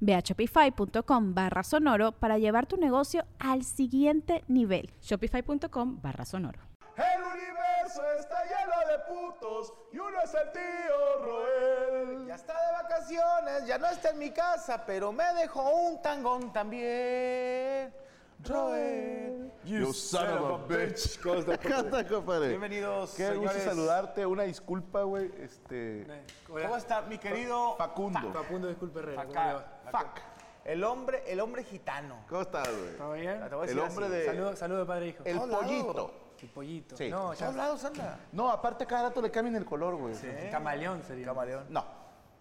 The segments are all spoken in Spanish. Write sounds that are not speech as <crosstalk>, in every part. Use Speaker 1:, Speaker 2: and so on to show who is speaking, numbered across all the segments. Speaker 1: Ve a shopify.com barra sonoro para llevar tu negocio al siguiente nivel.
Speaker 2: Shopify.com barra sonoro.
Speaker 3: El universo está lleno de putos y uno es el tío Roel.
Speaker 4: Ya está de vacaciones, ya no está en mi casa, pero me dejó un tangón también. Roel.
Speaker 3: You son of a bitch. ¿Cómo estás, compadre?
Speaker 4: Bienvenidos,
Speaker 3: <laughs> Qué gusto
Speaker 4: señores.
Speaker 3: saludarte. Una disculpa, güey. Este.
Speaker 4: ¿Cómo está mi querido
Speaker 3: Facundo.
Speaker 5: Facundo, disculpe, Herrera. ¿cómo le
Speaker 4: Faca-
Speaker 5: va?
Speaker 4: Fac? El hombre, el hombre gitano.
Speaker 3: ¿Cómo estás,
Speaker 5: ¿Todo
Speaker 3: güey?
Speaker 5: bien?
Speaker 4: Te voy a decir
Speaker 3: El hombre
Speaker 4: así.
Speaker 3: de.
Speaker 5: Saludo, saludo de padre e hijo.
Speaker 3: El
Speaker 4: Hola.
Speaker 3: pollito.
Speaker 5: El pollito.
Speaker 3: Sí.
Speaker 5: No,
Speaker 4: ¿A todos
Speaker 5: ya.
Speaker 4: lados anda?
Speaker 3: No, aparte cada rato le cambian el color, güey.
Speaker 5: Camaleón sería.
Speaker 4: Camaleón.
Speaker 3: No.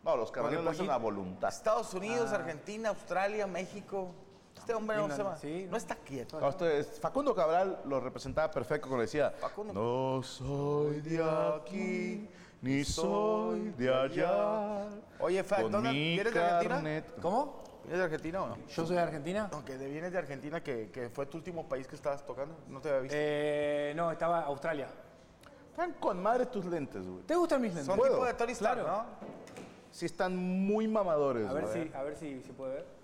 Speaker 3: No, los caballeros lo hacen
Speaker 5: pollito.
Speaker 3: a voluntad.
Speaker 4: Estados Unidos, Argentina, Australia, México. Este hombre no se va.
Speaker 5: sí.
Speaker 4: No está quieto.
Speaker 3: No, esto es- Facundo Cabral lo representaba perfecto cuando decía,
Speaker 4: Facundo.
Speaker 3: no soy de aquí, ni soy de allá.
Speaker 4: Oye, Fac,
Speaker 3: Con
Speaker 4: ¿dónde-
Speaker 3: mi
Speaker 4: vienes de Argentina?
Speaker 3: carnet-
Speaker 5: ¿Cómo?
Speaker 4: ¿Vienes de Argentina o no?
Speaker 5: ¿Yo soy de Argentina?
Speaker 4: No, que de- vienes de Argentina, que, que fue tu último país que estabas tocando. No te había visto.
Speaker 5: Eh, no, estaba Australia.
Speaker 3: Están con madre tus lentes, güey.
Speaker 5: ¿Te gustan mis
Speaker 4: Son
Speaker 5: lentes?
Speaker 3: ¿puedo?
Speaker 4: tipo de Tony Stark,
Speaker 5: Claro.
Speaker 4: ¿no?
Speaker 3: Sí están muy mamadores,
Speaker 5: A ver
Speaker 3: güey.
Speaker 4: eh.
Speaker 5: si, a ver si se puede ver.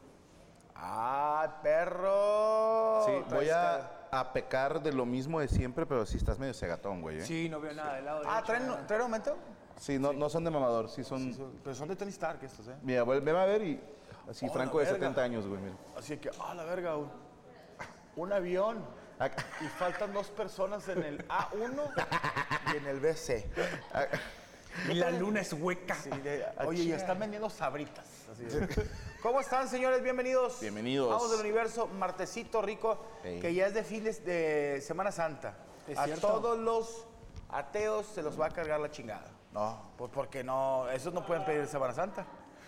Speaker 4: ¡Ah, perro!
Speaker 3: Sí,
Speaker 4: Tony
Speaker 3: voy
Speaker 4: Stark.
Speaker 3: a, a pecar de lo mismo de siempre, pero si estás medio cegatón, güey. ¿eh? Sí,
Speaker 5: Sí, no veo nada del lado
Speaker 4: Ah,
Speaker 5: derecho,
Speaker 4: ¿traen,
Speaker 5: nada.
Speaker 4: ¿traen aumento?
Speaker 3: no, no son de mamador, sí son...
Speaker 4: Pero son de Tony Stark estos, ¿eh?
Speaker 3: Mira, vuel- ven a ver y... Así,
Speaker 4: Oh, la
Speaker 3: Franco de
Speaker 4: verga.
Speaker 3: 70 años, güey, mira.
Speaker 4: Así que, ah, la verga, un, un avión.
Speaker 3: Acá-
Speaker 4: Y faltan dos personas en el A1 y en el BC.
Speaker 5: Y la luna es hueca.
Speaker 4: Sí, de- oye, y están vendiendo sabritas. así de- <laughs> ¿Cómo están, señores? Bienvenidos.
Speaker 3: Bienvenidos.
Speaker 4: Vamos del universo, martesito rico,
Speaker 3: Ey.
Speaker 4: que ya es de fines de Semana Santa.
Speaker 5: ¿Es
Speaker 4: a
Speaker 5: cierto?
Speaker 4: todos los ateos se los va a cargar la chingada.
Speaker 3: No,
Speaker 4: Pues porque no, esos no pueden pedir Semana Santa.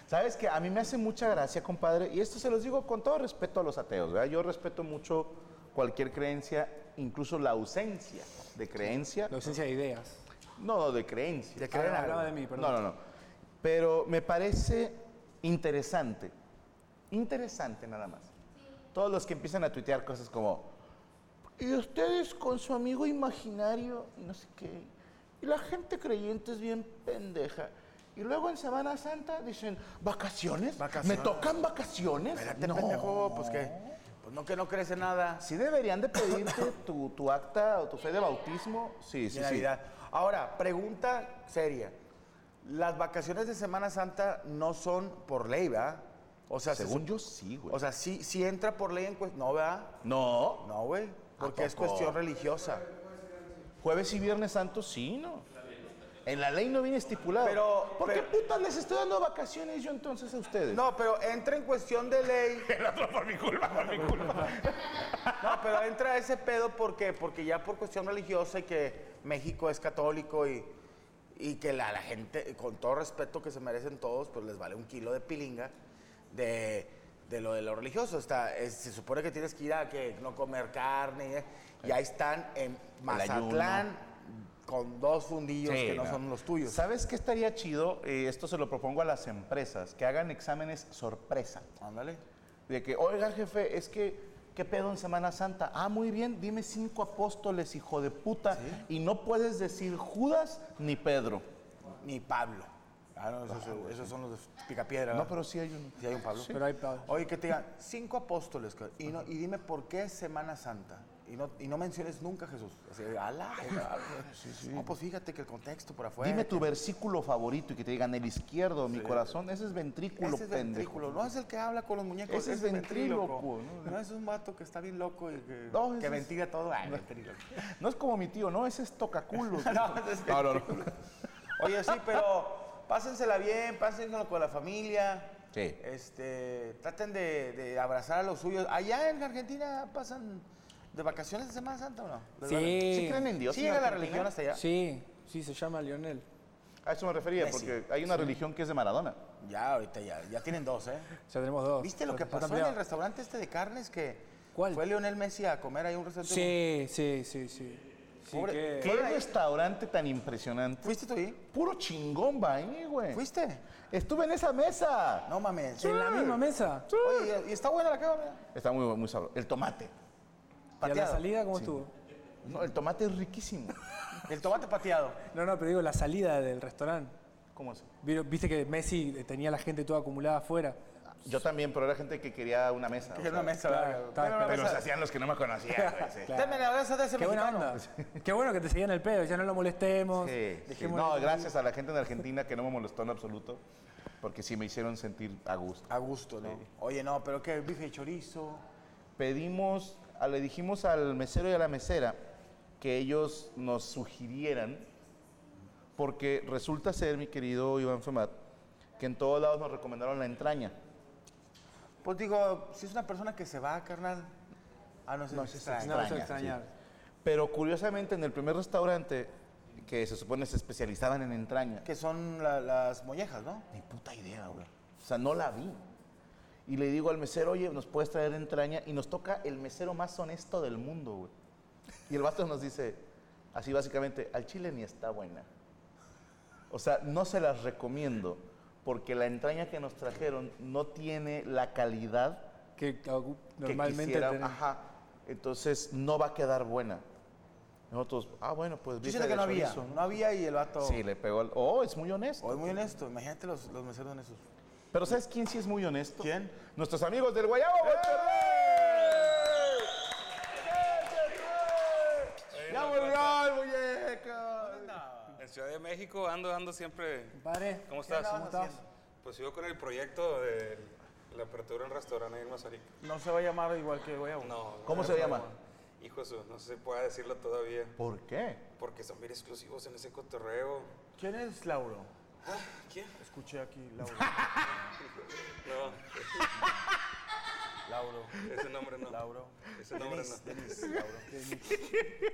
Speaker 3: Sabes que a mí me hace mucha gracia, compadre, y esto se los digo con todo respeto a los ateos, ¿verdad? Yo respeto mucho cualquier creencia, incluso la ausencia de creencia.
Speaker 5: La ausencia de ideas.
Speaker 3: No, no, de creencia.
Speaker 4: De creer
Speaker 5: Ah,
Speaker 4: en
Speaker 5: hablaba
Speaker 4: algo.
Speaker 5: de mí,
Speaker 3: No,
Speaker 5: perdón.
Speaker 3: no, no. Pero me parece interesante, interesante nada más. Todos los que empiezan a tuitear cosas como, y ustedes con su amigo imaginario, y no sé qué, y la gente creyente es bien pendeja. Y luego en Semana Santa dicen, ¿vacaciones?
Speaker 4: Vacaciones.
Speaker 3: ¿Me tocan vacaciones?
Speaker 4: Espérate, pendejo, pues que, pues no que no crees en nada.
Speaker 3: Sí deberían de
Speaker 4: <laughs>
Speaker 3: pedirte tu, tu acta o tu fe de bautismo. Sí,
Speaker 4: de
Speaker 3: sí, sí.
Speaker 4: Navidad. Ahora, pregunta seria. Las vacaciones de Semana Santa no son por ley, ¿verdad? O sea, se
Speaker 3: Según
Speaker 4: sup-
Speaker 3: yo, sí, güey.
Speaker 4: O sea, sí, sí entra por ley en cuestión. No, ¿verdad?
Speaker 3: no.
Speaker 4: No, güey. Porque es
Speaker 3: poco?
Speaker 4: cuestión religiosa.
Speaker 3: Jueves y Viernes Santo, sí, ¿no? En la ley no viene estipulado.
Speaker 4: Pero-
Speaker 3: ¿Por qué
Speaker 4: pero-
Speaker 3: putas les estoy dando vacaciones yo entonces a ustedes?
Speaker 4: No, pero entra en cuestión de ley. <laughs> El otro por mi culpa, por mi culpa. <laughs> No, pero entra ese pedo porque, porque ya por cuestión religiosa y que México es católico y, y que la, la gente, con todo respeto que se merecen todos, pues les vale un kilo de pilinga de, de lo de lo religioso. Está, es- se supone que tienes que ir a que no comer carne. y- Y ahí están en Mazatlán con dos fundillos
Speaker 3: Sí,
Speaker 4: que no, son los tuyos.
Speaker 3: ¿Sabes qué estaría chido? Eh, esto se lo propongo a las empresas, que hagan exámenes sorpresa.
Speaker 4: Ándale.
Speaker 3: De que, oiga, jefe, es que, ¿qué pedo en Semana Santa? Ah, muy bien, dime cinco apóstoles, hijo de puta. Y no puedes decir Judas ni Pedro.
Speaker 4: Ni Pablo. Ah, no, esos, esos son los de Picapiedra.
Speaker 3: No,
Speaker 4: ¿verdad?
Speaker 3: pero sí hay uno.
Speaker 4: Ah. Sí, hay un Pablo.
Speaker 5: Pero hay Pablo.
Speaker 4: Oye, que te digan, cinco apóstoles, cabrón, y, no- y dime por qué Semana Santa. Y no, y no menciones nunca a Jesús. Así, ala. No, pues fíjate que el contexto por afuera.
Speaker 3: Dime tu versículo favorito y que te digan el izquierdo, mi corazón. Ese es ventrículo,
Speaker 4: Ese es
Speaker 3: pendejo.
Speaker 4: ventrículo, no es el que habla con los muñecos.
Speaker 3: Ese es ventrílocuo, ¿no?
Speaker 4: ¿no? es un vato que está bien loco y que,
Speaker 3: No,
Speaker 4: que
Speaker 3: ese es-
Speaker 4: ventila todo. Ah, ventríloco.
Speaker 3: No es como mi tío, no, ese es tocaculo.
Speaker 4: <laughs> No,
Speaker 3: <laughs>
Speaker 4: ese es ventrículo. Oye, sí, pero pásensela bien, pásenselo con la familia.
Speaker 3: Sí.
Speaker 4: Este, traten de, de abrazar a los suyos. Allá en Argentina pasan de vacaciones de Semana Santa o no? ¿Les
Speaker 5: Sí.
Speaker 4: vale?
Speaker 3: ¿Sí creen en Dios?
Speaker 4: ¿Sí
Speaker 3: en
Speaker 4: llega la
Speaker 3: Argentina?
Speaker 4: religión hasta allá?
Speaker 5: Sí, sí, se llama Lionel.
Speaker 3: A eso me refería,
Speaker 4: Messi.
Speaker 3: porque hay una religión que es de Maradona.
Speaker 4: Ya, ahorita ya. Ya tienen dos, ¿eh?
Speaker 5: Ya tenemos dos.
Speaker 4: ¿Viste lo que
Speaker 5: Está
Speaker 4: pasó en
Speaker 5: ampliado.
Speaker 4: el restaurante este de carnes que
Speaker 5: ¿Cuál?
Speaker 4: fue Lionel Messi a comer ahí a un restaurante?
Speaker 5: Sí, sí, sí, sí. Sí,
Speaker 4: Pobre-
Speaker 5: que-
Speaker 3: ¿Qué restaurante tan impresionante?
Speaker 4: ¿Fuiste tú ahí?
Speaker 3: Puro chingón va ahí, güey.
Speaker 4: ¿Fuiste?
Speaker 3: Estuve en esa mesa.
Speaker 4: No mames.
Speaker 5: ¿En la misma mesa?
Speaker 4: Oye, ¿y- ¿y está buena la cámara?
Speaker 3: Está muy, muy sabroso. El tomate.
Speaker 5: ¿Y a la
Speaker 4: Pateado.
Speaker 5: salida cómo estuvo?
Speaker 3: No, el tomate es riquísimo.
Speaker 4: El tomate pateado.
Speaker 5: No, no, pero digo, la salida del restaurante.
Speaker 3: ¿Cómo así?
Speaker 5: Viro- Viste que Messi tenía la gente toda acumulada afuera.
Speaker 3: Ah, Yo también, pero era gente que quería una mesa. o
Speaker 4: Que
Speaker 3: sea,
Speaker 4: era una mesa,
Speaker 5: claro,
Speaker 4: ¿verdad?
Speaker 5: está-
Speaker 4: Era una
Speaker 5: pero
Speaker 3: Pero se
Speaker 4: mesa.
Speaker 3: hacían los que no me conocían, güey. sí.
Speaker 5: Claro.
Speaker 4: Deme la brasa de ese
Speaker 5: Qué buena
Speaker 4: mexicano.
Speaker 5: onda. Qué bueno que te seguían el pedo, ya no lo molestemos.
Speaker 3: Sí, sí.
Speaker 5: dejémoslo
Speaker 3: No,
Speaker 5: tranquilo.
Speaker 3: gracias a la gente en Argentina que no me molestó en absoluto, porque sí me hicieron sentir a gusto.
Speaker 4: A gusto, ¿no? Oye, no, pero qué bife de chorizo.
Speaker 3: Pedimos, a- le dijimos al mesero y a la mesera que ellos nos sugirieran, porque resulta ser, mi querido Iván Femat, que en todos lados nos recomendaron la entraña.
Speaker 4: Pues digo, si es una persona que se va, carnal, a no ser
Speaker 3: No,
Speaker 4: que
Speaker 3: sí,
Speaker 4: extraña.
Speaker 3: sí,
Speaker 5: No vas a
Speaker 3: Extraña,
Speaker 5: extrañar.
Speaker 3: Pero curiosamente en el primer restaurante, que se supone se especializaban en entraña,
Speaker 4: Que son la- las mollejas, ¿no?
Speaker 3: Ni puta idea, güey. O sea, no la vi. Y le digo al mesero, oye, ¿nos puedes traer entraña? Y nos toca el mesero más honesto del mundo, güey. Y el vato nos dice, así básicamente, al chile ni está buena. O sea, no se las recomiendo porque la entraña que nos trajeron no tiene la calidad
Speaker 5: Que agu-
Speaker 3: que
Speaker 5: normalmente
Speaker 3: quisiera. Ah.
Speaker 5: tenés-
Speaker 3: Ajá. Entonces, no va a quedar buena. Nosotros, ah, bueno, pues...
Speaker 4: Yo
Speaker 3: bife
Speaker 4: siento que
Speaker 3: de
Speaker 4: no había.
Speaker 3: chorizo, ¿no?".
Speaker 4: No había y el vato.
Speaker 3: Sí, le pegó al... Oh, es muy honesto.
Speaker 4: Hoy muy honesto, imagínate los, los meseros honestos.
Speaker 3: Pero ¿sabes quién sí es muy honesto?
Speaker 4: ¿Quién?
Speaker 3: Nuestros amigos del Guayabo
Speaker 6: ¡Eh!
Speaker 3: Monterrey.
Speaker 6: ¡Eh!
Speaker 3: ¡Ya volvió el muñeco!
Speaker 6: En Ciudad de México ando, ando siempre.
Speaker 5: Compadre,
Speaker 6: ¿Cómo estás?
Speaker 5: ¿Cómo estás?
Speaker 6: Pues sigo con el proyecto de la apertura del restaurante ahí en Mazarik.
Speaker 4: No se va a llamar igual que voy a
Speaker 6: No.
Speaker 3: ¿Cómo
Speaker 6: no
Speaker 3: se llama?
Speaker 6: Hijo de su, no sé si pueda decirlo todavía,
Speaker 3: ¿Por qué?
Speaker 6: porque son bien exclusivos en ese cotorreo.
Speaker 4: ¿Quién es Lauro?
Speaker 6: Ah, ¿Quién?
Speaker 4: Escuché aquí Lauro.
Speaker 6: No,
Speaker 4: Lauro.
Speaker 6: ese nombre no.
Speaker 4: Lauro.
Speaker 6: Ese nombre
Speaker 4: Denis,
Speaker 6: no.
Speaker 4: Denis, Lauro.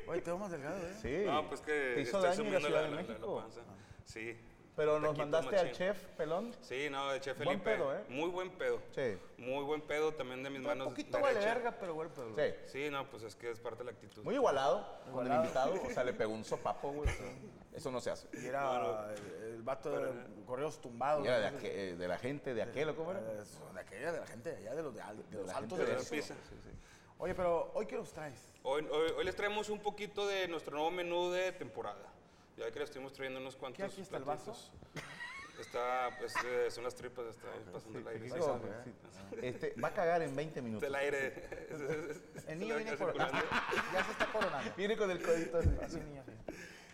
Speaker 4: Oye, te veo más delgado, ¿eh?
Speaker 3: Sí.
Speaker 6: No, pues que
Speaker 3: ¿Te hizo daño
Speaker 6: estoy
Speaker 3: ir a
Speaker 6: subiendo
Speaker 3: Ciudad de
Speaker 6: la- la- la
Speaker 3: México? Ah.
Speaker 6: panza. Sí.
Speaker 3: Pero nos
Speaker 6: Taquito
Speaker 3: mandaste al
Speaker 6: machín.
Speaker 3: chef, pelón.
Speaker 6: Sí, no, de Chef
Speaker 3: Buen
Speaker 6: Felipe.
Speaker 3: pedo, ¿eh?
Speaker 6: Muy buen pedo.
Speaker 3: Sí.
Speaker 6: Muy buen pedo también de mis manos. derechas.
Speaker 4: pero bueno, pero.
Speaker 3: Sí.
Speaker 6: Sí, no, pues es que es parte de la actitud.
Speaker 3: Muy igualado con el invitado. O sea, le pegó un sopapo, güey. o sea, Eso no se hace.
Speaker 4: Y era el, el vato de correos tumbados.
Speaker 3: Y Era de,
Speaker 4: ¿no?
Speaker 3: aqu- eh, de la gente, de aquel, ¿o ¿cómo era?
Speaker 4: Eh, son de aquella, de la gente de allá, de los, de, al- de los
Speaker 3: la
Speaker 4: altos
Speaker 3: gente
Speaker 4: de la
Speaker 6: de la pizza.
Speaker 4: Oye, pero hoy qué nos traes.
Speaker 6: Hoy, hoy- hoy les traemos un poquito de nuestro nuevo menú de temporada. Ya que le estuvimos trayendo unos cuantos.
Speaker 4: ¿Qué aquí está el
Speaker 6: platitos. Está, pues, eh, son las tripas, está ahí pasando el aire.
Speaker 3: Sí, como- sí. Este, va a cagar en 20
Speaker 6: Está
Speaker 3: minutos. <laughs>
Speaker 6: el aire. <laughs>
Speaker 4: El niño
Speaker 6: Está
Speaker 4: viene por.
Speaker 6: circulando. <laughs>
Speaker 4: ya se está coronando.
Speaker 3: Viene con el codito
Speaker 4: Así, niño, así.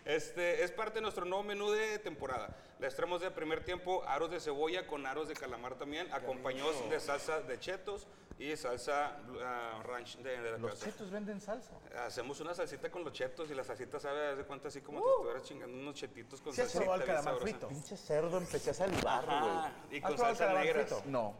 Speaker 6: Este es parte de nuestro nuevo menú de temporada. Les traemos de primer tiempo aros de cebolla con aros de calamar también, acompañados de salsa de chetos y salsa ah, ranch de, de la
Speaker 3: Los
Speaker 6: casa.
Speaker 3: chetos venden salsa.
Speaker 6: Hacemos una salsita con los chetos y la salsita sabe, haz de cuenta así como te estuvieras chingando unos chetitos con
Speaker 4: Uh. ¿Sí has
Speaker 6: salsita.
Speaker 4: probado el
Speaker 6: bien
Speaker 4: calamar
Speaker 6: sabrosa.
Speaker 4: frito?
Speaker 3: Pinche cerdo, empecé a salivar,
Speaker 6: Ah, y
Speaker 4: ¿Has probado
Speaker 6: con
Speaker 4: el
Speaker 6: salsa
Speaker 4: calamar
Speaker 6: negra.
Speaker 4: frito?
Speaker 3: No,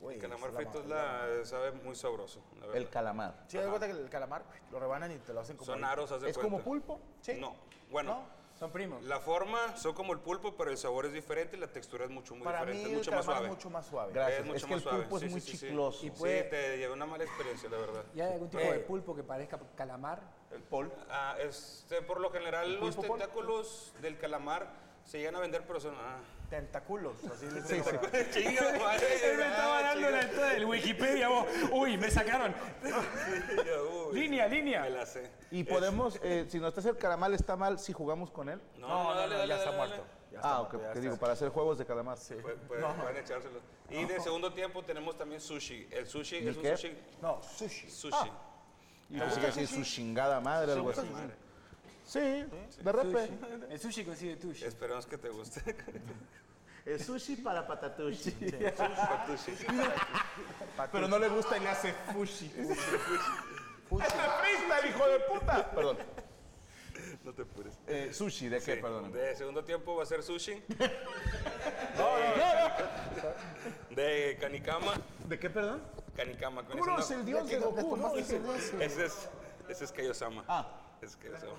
Speaker 4: Güey,
Speaker 6: El calamar
Speaker 4: es la
Speaker 6: frito es
Speaker 4: mamada.
Speaker 6: la, sabe muy sabroso, la verdad.
Speaker 3: el calamar.
Speaker 4: Sí, haz de cuenta que el calamar lo rebanan y te lo hacen como.
Speaker 6: Son aros, haz de
Speaker 3: ¿Es como
Speaker 6: cuenta.
Speaker 3: pulpo?
Speaker 4: Sí.
Speaker 6: No, bueno.
Speaker 5: Son primos.
Speaker 6: La forma son como el pulpo, pero el sabor es diferente y la textura es mucho, muy
Speaker 4: Para mí
Speaker 6: diferente. es
Speaker 4: el
Speaker 6: mucho más
Speaker 4: calamar
Speaker 6: suave.
Speaker 4: es mucho más suave.
Speaker 3: Gracias.
Speaker 6: Es mucho
Speaker 3: Es que
Speaker 6: más
Speaker 3: el pulpo
Speaker 6: suave,
Speaker 3: es muy
Speaker 6: sí, sí, sí.
Speaker 3: chicloso.
Speaker 6: Y
Speaker 3: Y
Speaker 5: puede-
Speaker 6: Sí, te lleva una mala experiencia, la verdad.
Speaker 5: ¿Y hay algún tipo
Speaker 6: Eh,
Speaker 5: de pulpo que parezca calamar?
Speaker 3: El pol.
Speaker 6: Ah, este, por lo general, los tentáculos del calamar se llegan a vender, pero son. Ah.
Speaker 4: Tentaculos, así les
Speaker 3: Sí, sí.
Speaker 6: Chinga, madre,
Speaker 5: Él me estaba
Speaker 6: ah,
Speaker 5: dando
Speaker 6: chinga.
Speaker 5: la entrada del Wikipedia, vos. Uy, me sacaron.
Speaker 6: Ya, uy,
Speaker 5: Línea,
Speaker 6: Me
Speaker 5: línea.
Speaker 6: la sé.
Speaker 3: Y podemos, eh, si nos hace el calamar, está mal si jugamos con él.
Speaker 6: No, no, dale, dale,
Speaker 4: ya está
Speaker 6: dale, dale.
Speaker 4: muerto. Ya está
Speaker 3: ah, ok,
Speaker 4: muerto, ya
Speaker 3: porque
Speaker 4: está.
Speaker 3: digo, para hacer juegos de calamar.
Speaker 6: Pu- pu- Pueden echárselo. Y de segundo tiempo tenemos también sushi. El sushi
Speaker 3: ¿Y
Speaker 6: es un
Speaker 3: qué?
Speaker 6: sushi.
Speaker 5: Ah.
Speaker 4: No, sushi.
Speaker 6: Sushi.
Speaker 3: Y pensé que decir su chingada madre, algo así. Sí, de repente.
Speaker 5: El sushi consigue tuyo.
Speaker 6: Esperamos que
Speaker 5: <laughs>
Speaker 6: te guste.
Speaker 3: El sushi para patatushi.
Speaker 6: Patushi.
Speaker 5: Ah.
Speaker 3: Pero no le gusta y le hace <laughs> fushi. fushi, fushi. ¡Es freestyle, hijo de puta! Perdón.
Speaker 6: No te apures.
Speaker 3: Eh, sushi, ¿de qué?
Speaker 6: Sí,
Speaker 3: Perdón.
Speaker 6: De segundo tiempo va a ser sushi. De Kanikama.
Speaker 3: ¿De qué, perdón?
Speaker 6: Kanikama. con
Speaker 3: Uno es
Speaker 6: ese
Speaker 3: el
Speaker 6: no-
Speaker 3: dios de Goku, ¿no? Es el dios.
Speaker 6: Ese es, ese es Kaiosama.
Speaker 3: Ah.
Speaker 6: Es Kaiosama.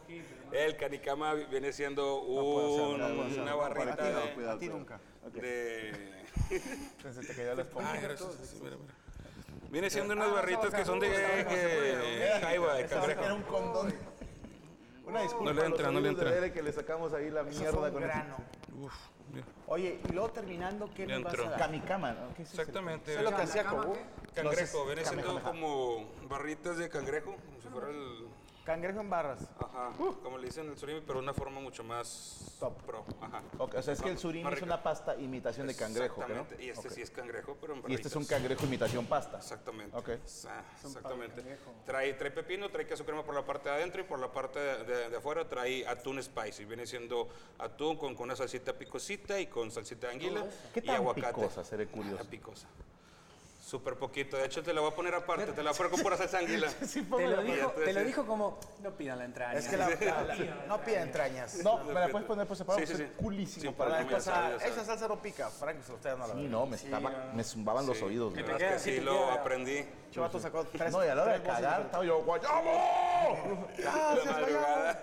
Speaker 6: El Kanikama vi- viene siendo un- una barrita
Speaker 3: Cuidado,
Speaker 6: de...
Speaker 3: cuidado. nunca.
Speaker 6: de-
Speaker 3: Entonces te cayó la
Speaker 6: Ah,
Speaker 3: esponja.
Speaker 6: gracias. Sí, mira, mira. Viene siendo unas barritas que son de eh, jaiba, de
Speaker 3: Pensaba que era
Speaker 6: cangrejo.
Speaker 3: un condón. Una disculpa.
Speaker 6: No le
Speaker 3: a los
Speaker 6: entra, no le
Speaker 3: amigos de
Speaker 6: entra.
Speaker 3: Lele que le sacamos ahí la
Speaker 4: Eso fue
Speaker 3: mierda
Speaker 4: un
Speaker 3: con el
Speaker 4: grano.
Speaker 6: Uf, mira.
Speaker 4: Oye, y luego terminando, ¿qué
Speaker 6: Le
Speaker 4: me vas a
Speaker 6: entró.
Speaker 4: dar?
Speaker 3: este Kamikama, ¿no? ¿Qué es eso?
Speaker 6: Exactamente.
Speaker 4: Eso es lo que hacía Kogu.
Speaker 6: Cangrejo, viene siendo
Speaker 3: Kamehameha.
Speaker 6: como barritas de cangrejo, como si fuera el.
Speaker 4: Cangrejo en barras.
Speaker 6: Ajá, como le dicen en el surimi, pero de una forma mucho más.
Speaker 3: Uh. Top.
Speaker 6: Pro. Ajá.
Speaker 3: Ok, o sea, es que el
Speaker 6: Más-
Speaker 3: surimi
Speaker 6: más
Speaker 3: es
Speaker 6: rica.
Speaker 3: una pasta imitación de cangrejo, ¿no?
Speaker 6: Exactamente, y este
Speaker 3: Ok.
Speaker 6: sí es cangrejo, pero en
Speaker 3: Y este es un
Speaker 6: barritas.
Speaker 3: cangrejo imitación pasta.
Speaker 6: Exactamente.
Speaker 3: Ok.
Speaker 6: Sa- exactamente. Trae, trae pepino, trae queso crema por la parte de adentro y por la parte de, de- de afuera trae atún spicy. Viene siendo atún con, con una salsita picosita y con salsita de anguila
Speaker 3: ¿Qué
Speaker 6: y
Speaker 3: tan
Speaker 6: aguacate.
Speaker 3: picosa? Seré curioso.
Speaker 6: Está picosa. Súper poquito. De hecho, te la voy a poner aparte. Te la voy a poner con pura salsa
Speaker 3: <laughs>
Speaker 6: de anguila.
Speaker 5: Te lo,
Speaker 6: Y
Speaker 5: dijo,
Speaker 6: entonces-
Speaker 5: te lo dijo como, no pidan la entraña.
Speaker 4: Es que <laughs> la, la- la- no pida entrañas.
Speaker 3: No, me la puedes poner por separado.
Speaker 6: Sí, sí,
Speaker 3: Soy
Speaker 6: sí.
Speaker 3: culísimo
Speaker 6: Sí,
Speaker 3: para
Speaker 6: para
Speaker 3: la
Speaker 6: mí.
Speaker 4: O
Speaker 3: cosa.
Speaker 6: ya
Speaker 4: sea,
Speaker 6: sabes, ya
Speaker 4: esa salsa no pica, Frank, ustedes no la
Speaker 3: Sí,
Speaker 4: ven.
Speaker 3: no, me, estaba- me zumbaban los oídos.
Speaker 6: La
Speaker 3: güey.
Speaker 6: verdad es
Speaker 5: queda,
Speaker 6: que
Speaker 5: que
Speaker 6: sí,
Speaker 5: te
Speaker 6: lo
Speaker 5: queda.
Speaker 6: aprendí.
Speaker 4: Chavato <laughs> sacó tres.
Speaker 3: No, y a la hora de
Speaker 4: tres bolsas
Speaker 3: cagar estaba yo, <laughs> ¡guayabo!
Speaker 6: La madrugada.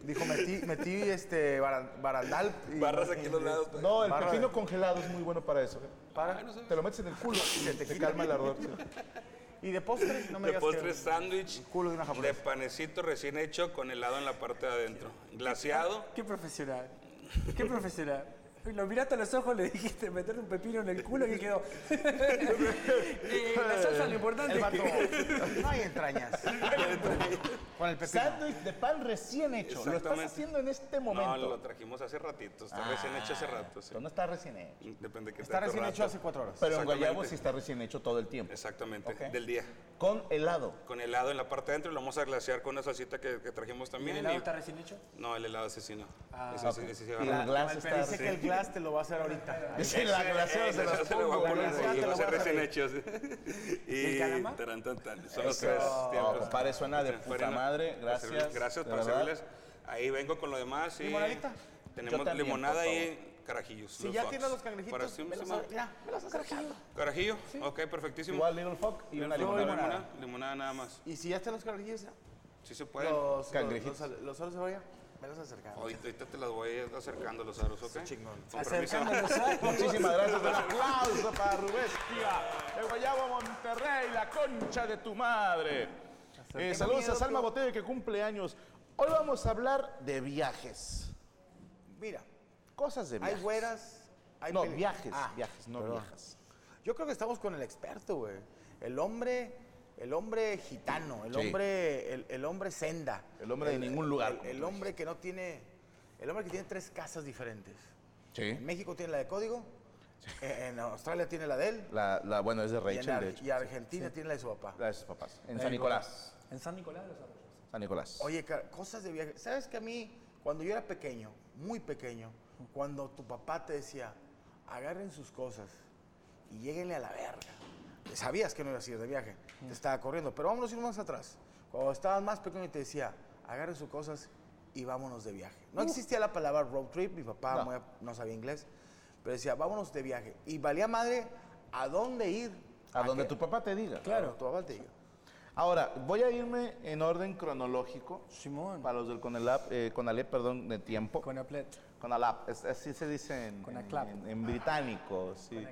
Speaker 4: Dijo, metí, metí este baran- barandal. y-
Speaker 6: Barras aquí a los lados.
Speaker 3: No, el
Speaker 4: Barra de-
Speaker 3: pepino congelado es muy bueno para eso. güey.
Speaker 4: Para.
Speaker 3: Te lo metes en el culo y se te calma el ardor. sí.
Speaker 4: Y de postre, no me
Speaker 6: De
Speaker 4: digas
Speaker 6: postre
Speaker 4: que-
Speaker 6: sándwich
Speaker 4: el culo de una
Speaker 6: de
Speaker 4: japonesa.
Speaker 6: panecito recién hecho con helado en la parte de adentro. Glaseado.
Speaker 5: Qué profesional. Qué profesional. Lo miraste a los ojos, le dijiste meterte un pepino en el culo
Speaker 4: <laughs>
Speaker 5: y quedó. Eh, la salsa lo importante
Speaker 4: El
Speaker 5: es
Speaker 6: <laughs>
Speaker 4: vato,
Speaker 5: que...
Speaker 4: No hay entrañas. Con el pepino.
Speaker 3: Sándwich de pan recién hecho. Lo estás
Speaker 6: Exactamente.
Speaker 3: haciendo en este
Speaker 6: No,
Speaker 3: momento.
Speaker 6: lo trajimos hace ratito. Está recién hecho hace rato. sí.
Speaker 3: Ah, Pero no está recién hecho.
Speaker 6: Depende de que
Speaker 4: Ah, Está recién hecho hace cuatro horas.
Speaker 3: Pero en
Speaker 6: Exactamente.
Speaker 3: guayabo sí está recién hecho todo el tiempo.
Speaker 6: Exactamente,
Speaker 3: Ok.
Speaker 6: del día.
Speaker 3: Con helado.
Speaker 6: Con helado en la parte de adentro y lo vamos a glasear con una salsita que, que trajimos también.
Speaker 5: ¿El helado
Speaker 6: y-
Speaker 5: está recién hecho?
Speaker 6: No, el helado asesino.
Speaker 3: Ah,
Speaker 6: ese,
Speaker 3: ok.
Speaker 6: sí- ese sí
Speaker 3: Y
Speaker 6: agarra-
Speaker 3: el glass está
Speaker 4: Dice que el glass te lo va a hacer <laughs> ahorita.
Speaker 3: Es en la glaseada
Speaker 6: Ese
Speaker 3: se las
Speaker 6: <laughs> se lo voy
Speaker 3: pongo.
Speaker 6: a poner,
Speaker 4: glaseada
Speaker 6: sí,
Speaker 4: te
Speaker 6: va
Speaker 4: la
Speaker 6: a ser
Speaker 4: voy a
Speaker 6: recién hecho. sí. <laughs> Y
Speaker 5: calamar?
Speaker 6: tarán, tan, tan. Son los
Speaker 3: Eso.
Speaker 6: tres
Speaker 3: No, compadre, suena de puta madre. Gracias,
Speaker 6: Gracias
Speaker 3: de
Speaker 6: por
Speaker 3: verdad.
Speaker 6: Este, servirles. Ahí vengo con lo demás. y
Speaker 4: ¿Limonadita?
Speaker 6: Tenemos
Speaker 3: Yo también,
Speaker 6: limonada
Speaker 3: por
Speaker 6: y carajillos.
Speaker 4: Si
Speaker 6: los
Speaker 4: ya
Speaker 6: fox.
Speaker 4: tienes los
Speaker 6: Para
Speaker 4: cangrejitos,
Speaker 6: sí,
Speaker 4: me
Speaker 6: sí,
Speaker 4: los
Speaker 6: ma-
Speaker 4: ha- mira, me los has sacado.
Speaker 6: Carajillo, ok, perfectísimo.
Speaker 3: Igual Little Fuck y una
Speaker 6: Limonada,
Speaker 3: limonada.
Speaker 6: limonada, limonada nada más.
Speaker 4: Y si ya están los cangrejitos,
Speaker 6: Sí se puede.
Speaker 4: los
Speaker 3: Cangrejitos.
Speaker 4: cangrejitos. Los los aros de cebolla, me los acercaron.
Speaker 6: Ahorita, ahorita te las voy acercando los aros, ¿ok?
Speaker 4: chingón.
Speaker 6: Con permiso.
Speaker 3: Muchísimas gracias. Un aplauso para Rubestia. De Guayabo Monterrey, la concha de tu madre. Eh, saludos a Salma Botello que cumple años. Hoy vamos a hablar de viajes.
Speaker 4: Mira,
Speaker 3: Cosas de
Speaker 4: hay
Speaker 3: viajes.
Speaker 4: güeras. Hay
Speaker 3: no,
Speaker 4: peli-
Speaker 3: viajes,
Speaker 4: Ah,
Speaker 3: viajes, no
Speaker 4: perdón.
Speaker 3: viajas.
Speaker 4: Yo creo que estamos con el experto, güey. El hombre, el hombre gitano, el
Speaker 3: Sí.
Speaker 4: hombre, el, el hombre senda.
Speaker 3: El hombre de ningún lugar,
Speaker 4: El,
Speaker 3: como
Speaker 4: el
Speaker 3: tú
Speaker 4: hombre que no tiene, el hombre que tiene tres casas diferentes. En
Speaker 3: Sí.
Speaker 4: México tiene la de código, eh, en Australia tiene la de él,
Speaker 3: La, la, bueno, es de
Speaker 4: y, en
Speaker 3: Rachel,
Speaker 4: Ar-
Speaker 3: de hecho.
Speaker 4: y Argentina tiene la de su papá.
Speaker 3: La de sus papás. En San Nicolás.
Speaker 5: En San Nicolás de los Arroyos.
Speaker 3: San Nicolás.
Speaker 4: Oye, car- cosas de viaje. ¿Sabes que a mí, cuando yo era pequeño, muy pequeño, cuando tu papá te decía, agarren sus cosas y lléguenle a la verga? Sabías que no ibas a ir de viaje, te estaba corriendo, pero vámonos a ir más atrás. Cuando estabas más pequeño te decía, agarren sus cosas y vámonos de viaje. No existía la palabra road trip, mi papá
Speaker 3: No.
Speaker 4: muy a- no sabía inglés, pero decía, vámonos de viaje. Y valía madre a dónde ir.
Speaker 3: a donde
Speaker 4: qué-
Speaker 3: tu papá te diga.
Speaker 4: Claro, tu papá te diga.
Speaker 3: Ahora, voy a irme en orden cronológico.
Speaker 5: Simón.
Speaker 3: Para los del Conalap, eh, Conalep, perdón, de tiempo.
Speaker 5: Con Aplet.
Speaker 3: Conalap, es- así se dice en,
Speaker 5: Conaclap.
Speaker 3: en- en británico. sí.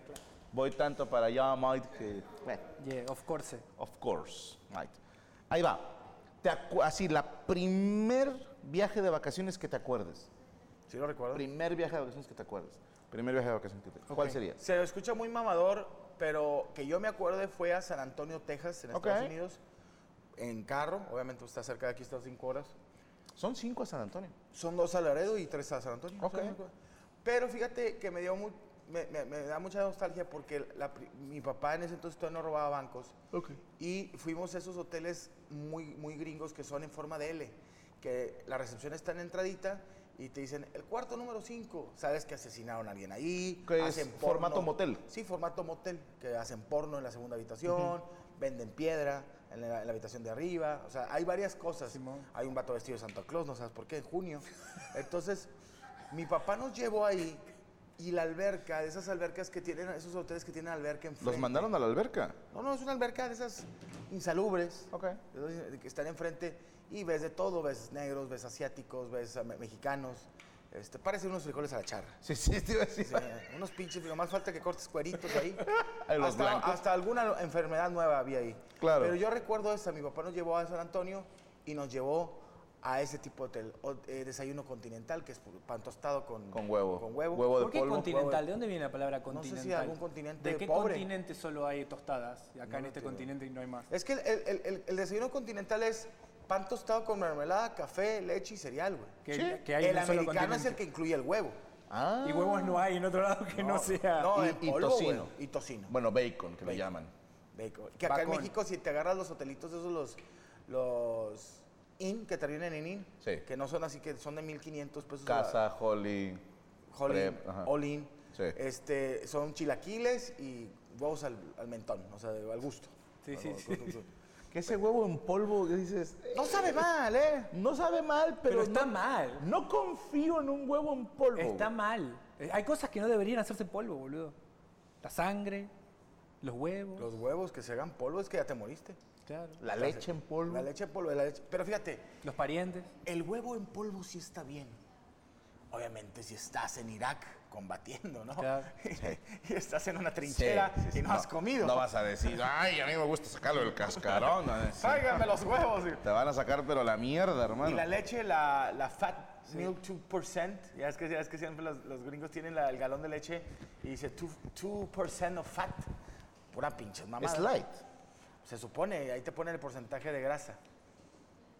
Speaker 3: Voy tanto para allá, Mike, que... bueno,
Speaker 5: Yeah, of course.
Speaker 3: of course, Mike. Ahí va. Te acu- así, la primer viaje de vacaciones que te acuerdes.
Speaker 4: ¿Sí lo recuerdo?
Speaker 3: Primer viaje de vacaciones que te acuerdes. Primer viaje de vacaciones que te ¿Cuál sería?
Speaker 4: Se escucha muy mamador, pero que yo me acuerde fue a San Antonio, Texas, en
Speaker 3: Ok.
Speaker 4: Estados Unidos, en carro. Obviamente está cerca de aquí, está a cinco horas.
Speaker 3: Son cinco a San Antonio.
Speaker 4: Son dos a Laredo y tres a San Antonio.
Speaker 3: Ok.
Speaker 4: Pero fíjate que me dio muy, me, me- me da mucha nostalgia porque la pri- mi papá en ese entonces todavía no robaba bancos. Y fuimos a esos hoteles muy, muy gringos que son en forma de L, que la recepción está en la entradita y te dicen, el cuarto número 5, sabes que asesinaron a alguien ahí.
Speaker 3: Que es formato motel.
Speaker 4: Sí, formato motel, que hacen porno en la segunda habitación, venden piedra en la, en la habitación de arriba, o sea, hay varias cosas. Hay un vato vestido de Santa Claus, no sabes por qué, en junio. Entonces, mi papá nos llevó ahí y la alberca, de esas albercas que tienen, esos hoteles que tienen alberca enfrente.
Speaker 3: ¿Los mandaron a la alberca?
Speaker 4: No, no, es una alberca de esas insalubres.
Speaker 3: Ok.
Speaker 4: de esas Que están enfrente y ves de todo, ves negros, ves asiáticos, ves a me- mexicanos. Este, parecen unos frijoles a la charra.
Speaker 3: Sí, sí, te iba a decir.
Speaker 4: Sí, unos pinches, más falta que cortes cueritos
Speaker 3: <laughs>
Speaker 4: ahí.
Speaker 3: A los
Speaker 4: hasta,
Speaker 3: blancos.
Speaker 4: hasta alguna enfermedad nueva había ahí.
Speaker 3: Claro.
Speaker 4: Pero yo recuerdo esa, mi papá nos llevó a San Antonio y nos llevó a ese tipo de hotel, o- eh, desayuno continental, que es pu- pan tostado con,
Speaker 3: Con huevo.
Speaker 4: Con huevo.
Speaker 3: Huevo de
Speaker 5: ¿Por qué
Speaker 3: polvo.
Speaker 5: continental? ¿De dónde viene la palabra
Speaker 4: No sé si
Speaker 5: continental?
Speaker 4: de algún continente
Speaker 5: ¿De qué
Speaker 4: pobre.
Speaker 5: continente solo hay tostadas? Y acá en
Speaker 4: no
Speaker 5: este
Speaker 4: tengo.
Speaker 5: continente no hay más.
Speaker 4: Es que el, el- el- el desayuno continental es pan tostado con mermelada, café, leche y cereal, güey.
Speaker 5: Que- Sí. que hay
Speaker 4: el
Speaker 5: en un solo
Speaker 4: americano es el
Speaker 5: continente.
Speaker 4: que incluye el huevo.
Speaker 3: Ah.
Speaker 5: Y huevos no hay en otro lado que no, sea.
Speaker 4: No,
Speaker 3: Y-
Speaker 4: en
Speaker 3: y
Speaker 4: polvo, güey,
Speaker 3: tocino.
Speaker 4: Y tocino.
Speaker 3: Bueno, bacon, que lo
Speaker 4: Bacon.
Speaker 3: llaman.
Speaker 4: Bacon. Que acá en
Speaker 5: Bacon.
Speaker 4: México, si te agarras los hotelitos, esos los, los IN, que terminan en IN,
Speaker 3: Sí.
Speaker 4: que no son así, que son de 1500 pesos. la-
Speaker 3: Casa, Holly.
Speaker 4: All in,
Speaker 3: Prep, ajá.
Speaker 4: all in.
Speaker 3: Sí.
Speaker 4: Este, son chilaquiles y huevos al, al mentón, o sea, al gusto.
Speaker 5: Sí, sí, sí.
Speaker 3: Que ese huevo en polvo, que dices, eh,
Speaker 4: No sabe mal, ¿eh?
Speaker 3: no sabe mal, pero,
Speaker 5: Pero está
Speaker 3: no-
Speaker 5: mal.
Speaker 3: No confío en un huevo en polvo.
Speaker 5: Está
Speaker 3: güey.
Speaker 5: mal. Eh, Hay cosas que no deberían hacerse polvo, boludo. La sangre, los huevos.
Speaker 4: Los huevos que se hagan polvo es que ya te moriste.
Speaker 5: claro,
Speaker 3: La leche en polvo.
Speaker 4: La leche en polvo, la leche. Pero fíjate,
Speaker 5: los parientes.
Speaker 4: el huevo en polvo sí está bien. Obviamente si estás en Irak combatiendo, ¿no?
Speaker 5: Claro.
Speaker 4: <laughs> y estás en una
Speaker 3: Sí,
Speaker 4: trinchera
Speaker 3: sí, sí,
Speaker 4: y no, has comido.
Speaker 3: No vas a decir, ay, a mí me gusta sacarlo del cascarón. a decir.
Speaker 4: Tráiganme los huevos.
Speaker 3: Te van a sacar, pero la mierda, hermano.
Speaker 4: Y la leche, la, la fat milk 2%, ya es que, ya es que siempre los, los gringos tienen la- el galón de leche y dice 2%, 2% of fat. Pura pinche mamada.
Speaker 3: Es light.
Speaker 4: Se supone, ahí te ponen el porcentaje de grasa.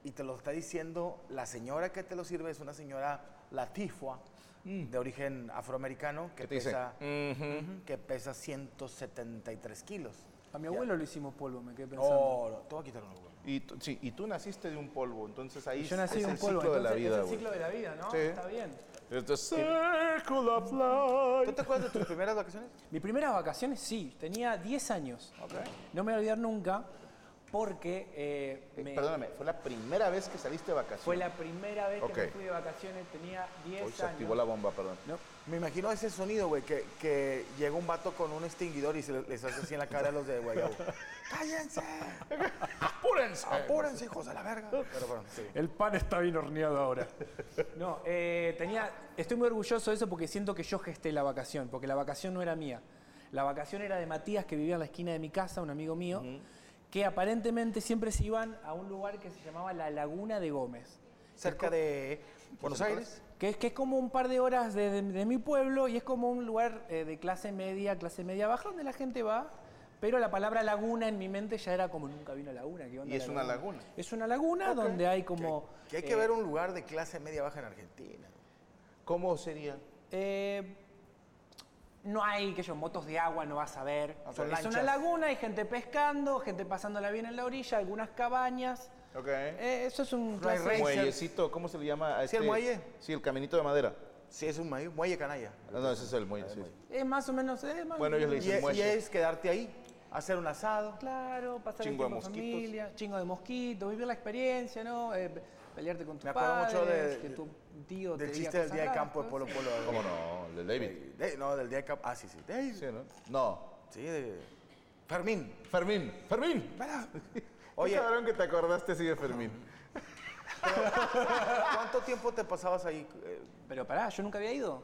Speaker 4: Y te lo está diciendo la señora que te lo sirve, es una señora latifua, de origen afroamericano, que
Speaker 3: Mm. ¿Qué te dice?
Speaker 4: pesa, ujú, que pesa 173 kilos.
Speaker 5: A mi abuelo lo hicimos polvo, me quedé pensando.
Speaker 3: Oh,
Speaker 4: No, no, te voy a quitar uno, güey.
Speaker 3: Y tú, sí, y tú naciste de un polvo, entonces ahí
Speaker 5: Y yo nací
Speaker 3: es
Speaker 5: en un
Speaker 3: el
Speaker 5: polvo,
Speaker 3: ciclo de la
Speaker 5: entonces
Speaker 3: vida,
Speaker 5: es el
Speaker 3: güey.
Speaker 5: ciclo de la vida, ¿no?
Speaker 3: Sí.
Speaker 5: Está bien.
Speaker 3: It's the circle of life.
Speaker 4: ¿Tú te acuerdas de tus primeras vacaciones?
Speaker 5: Mis primeras vacaciones, sí, tenía 10 años. No me voy a olvidar nunca porque eh,
Speaker 3: Eh,
Speaker 5: me-
Speaker 3: Perdóname, fue la primera vez que saliste de vacaciones.
Speaker 5: fue la primera vez
Speaker 3: Ok.
Speaker 5: que me fui de vacaciones, tenía 10
Speaker 3: Hoy
Speaker 5: años.
Speaker 3: se activó la bomba, perdón.
Speaker 5: No,
Speaker 4: Me imagino ese sonido, güey, que, que llega un vato con un extinguidor y se le- les hace así en la cara a los
Speaker 3: <laughs>
Speaker 4: de Guayabo. ¡Cállense! ¡Apúrense! ¡Apúrense, hijos de la verga! Pero bueno, sí.
Speaker 5: El pan está bien horneado ahora. <laughs> No, eh, tenía, estoy muy orgulloso de eso porque siento que yo gesté la vacación, porque la vacación no era mía. La vacación era de Matías, que vivía en la esquina de mi casa, un amigo mío, que aparentemente siempre se iban a un lugar que se llamaba La Laguna de Gómez,
Speaker 4: Cerca de Buenos Aires.
Speaker 5: que es, que es como un par de horas de, de- de mi pueblo y es como un lugar eh, de clase media, clase media baja, donde la gente va. Pero la palabra laguna en mi mente ya era como nunca vino laguna. ¿qué onda
Speaker 3: Y es una laguna.
Speaker 5: Es una laguna donde hay como...
Speaker 4: Que hay que
Speaker 5: eh,
Speaker 4: ver un lugar de clase media baja en Argentina.
Speaker 3: ¿Cómo sería?
Speaker 5: Eh, no hay, que yo, motos de agua, no vas a ver.
Speaker 4: Ok.
Speaker 5: Son- Es una
Speaker 4: Lanchas.
Speaker 5: laguna, hay gente pescando, gente pasándola bien en la orilla, algunas cabañas.
Speaker 3: Ok.
Speaker 5: Eh, eso es
Speaker 4: Fly
Speaker 5: un clase-
Speaker 4: racer.
Speaker 3: Muellecito, ¿cómo se le llama? a este?
Speaker 4: Sí, el muelle.
Speaker 3: Sí, el caminito de madera.
Speaker 4: Sí, es un maíz, muelle canalla.
Speaker 3: Ah, no, ese es el muelle. sí, sí.
Speaker 5: Es más o menos. eh, más o
Speaker 3: Bueno, ellos le
Speaker 5: menos.
Speaker 4: Y,
Speaker 3: dicen
Speaker 4: es- y
Speaker 3: muelle.
Speaker 4: es quedarte ahí, hacer un asado.
Speaker 5: Claro, pasar
Speaker 3: Chingo de
Speaker 5: el tiempo en
Speaker 3: mosquitos.
Speaker 5: familia, chingo de mosquitos, vivir la experiencia, ¿no? Eh, pe- pelearte con tus
Speaker 4: Me acuerdo mucho de-
Speaker 5: padres, que tu tío te
Speaker 4: Del
Speaker 5: diga
Speaker 4: chiste del
Speaker 5: cosas
Speaker 4: día de
Speaker 5: raras,
Speaker 4: campo de Polo
Speaker 5: cosas-
Speaker 4: Polo.
Speaker 3: ¿Cómo no? El de David.
Speaker 4: De- no, del día de campo. Ah, sí, sí. De-
Speaker 3: Sí, ¿no? No.
Speaker 4: sí, de Fermín.
Speaker 3: Fermín. Fermín. <laughs> Oye.
Speaker 4: Oye.
Speaker 3: cabrón que te acordaste sí de Fermín.
Speaker 4: ¿Cuánto tiempo te pasabas ahí? eh,
Speaker 5: Pero pará, yo nunca había ido.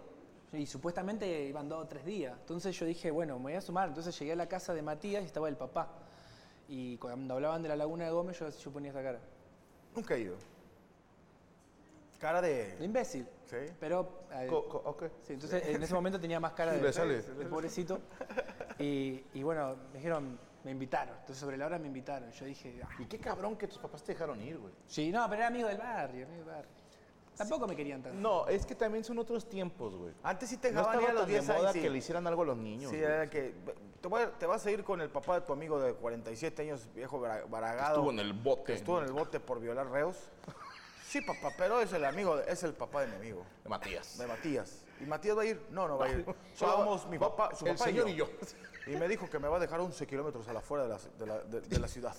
Speaker 5: Y supuestamente iban dos o tres días. Entonces yo dije, bueno, me voy a sumar. Entonces llegué a la casa de Matías y estaba el papá. Y cuando hablaban de la laguna de Gómez, yo, yo ponía esta cara.
Speaker 4: Nunca he ido. Cara
Speaker 5: De
Speaker 4: de.
Speaker 5: imbécil.
Speaker 4: Sí.
Speaker 5: Pero. eh,
Speaker 3: Co- co- ok.
Speaker 5: sí, entonces en ese momento tenía más cara
Speaker 3: Sí,
Speaker 5: de,
Speaker 3: le sale.
Speaker 5: de pobrecito. Y, y bueno, me dijeron, me invitaron. Entonces sobre la hora me invitaron. Yo dije, ah.
Speaker 3: Y qué cabrón que tus papás te dejaron ir, güey.
Speaker 5: sí, no, pero era amigo del barrio, amigo del barrio. Tampoco me querían tanto.
Speaker 3: No, es que también son otros tiempos, güey.
Speaker 4: Antes sí te
Speaker 3: No
Speaker 4: dejaban
Speaker 3: estaba tan de
Speaker 4: ir a los 10 años.
Speaker 3: moda
Speaker 4: sí.
Speaker 3: que le hicieran algo a los niños.
Speaker 4: Sí,
Speaker 3: güey.
Speaker 4: era que te, voy a- te vas a ir con el papá de tu amigo de 47 años, viejo vara- varagado.
Speaker 6: Estuvo en el bote.
Speaker 4: Que estuvo en el bote por violar reos. Sí, papá, pero es el amigo, de- es el papá de mi amigo,
Speaker 3: Matías.
Speaker 4: de Matías. ¿Y Matías va a ir? No, no va a
Speaker 3: <laughs>
Speaker 4: ir. Solo
Speaker 3: Solo
Speaker 4: vamos mi
Speaker 3: va-
Speaker 4: papá, su
Speaker 3: el
Speaker 4: papá
Speaker 3: señor
Speaker 4: y yo. Y me dijo que me va a dejar 11 kilómetros a la fuera de la, de la- de- de
Speaker 3: <laughs>
Speaker 4: la ciudad.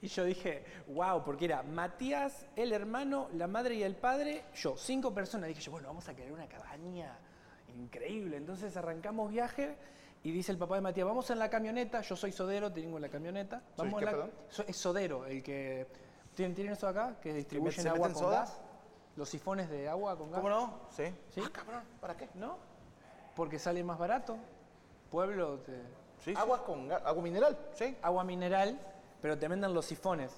Speaker 5: Y yo dije, wow, porque era Matías, el hermano, la madre y el padre, yo, cinco personas. Dije yo, bueno, vamos a crear una cabaña increíble. Entonces arrancamos viaje y dice el papá de Matías, vamos en la camioneta, yo soy sodero, tengo la camioneta. Vamos
Speaker 3: qué,
Speaker 5: en la-
Speaker 3: perdón?
Speaker 5: so- es sodero, el que... ¿Tienen, tienen eso acá? Que distribuyen
Speaker 4: se
Speaker 5: agua
Speaker 4: meten
Speaker 5: con
Speaker 4: soda?
Speaker 5: gas. Los sifones de agua con gas.
Speaker 4: ¿Cómo no? Sí.
Speaker 5: ¿Sí? cabrón, ¿para qué? ¿No? Porque sale más barato. Pueblo, te-
Speaker 4: Sí, sí.
Speaker 3: Agua con ga- agua mineral.
Speaker 4: Sí.
Speaker 5: agua mineral, pero te venden los sifones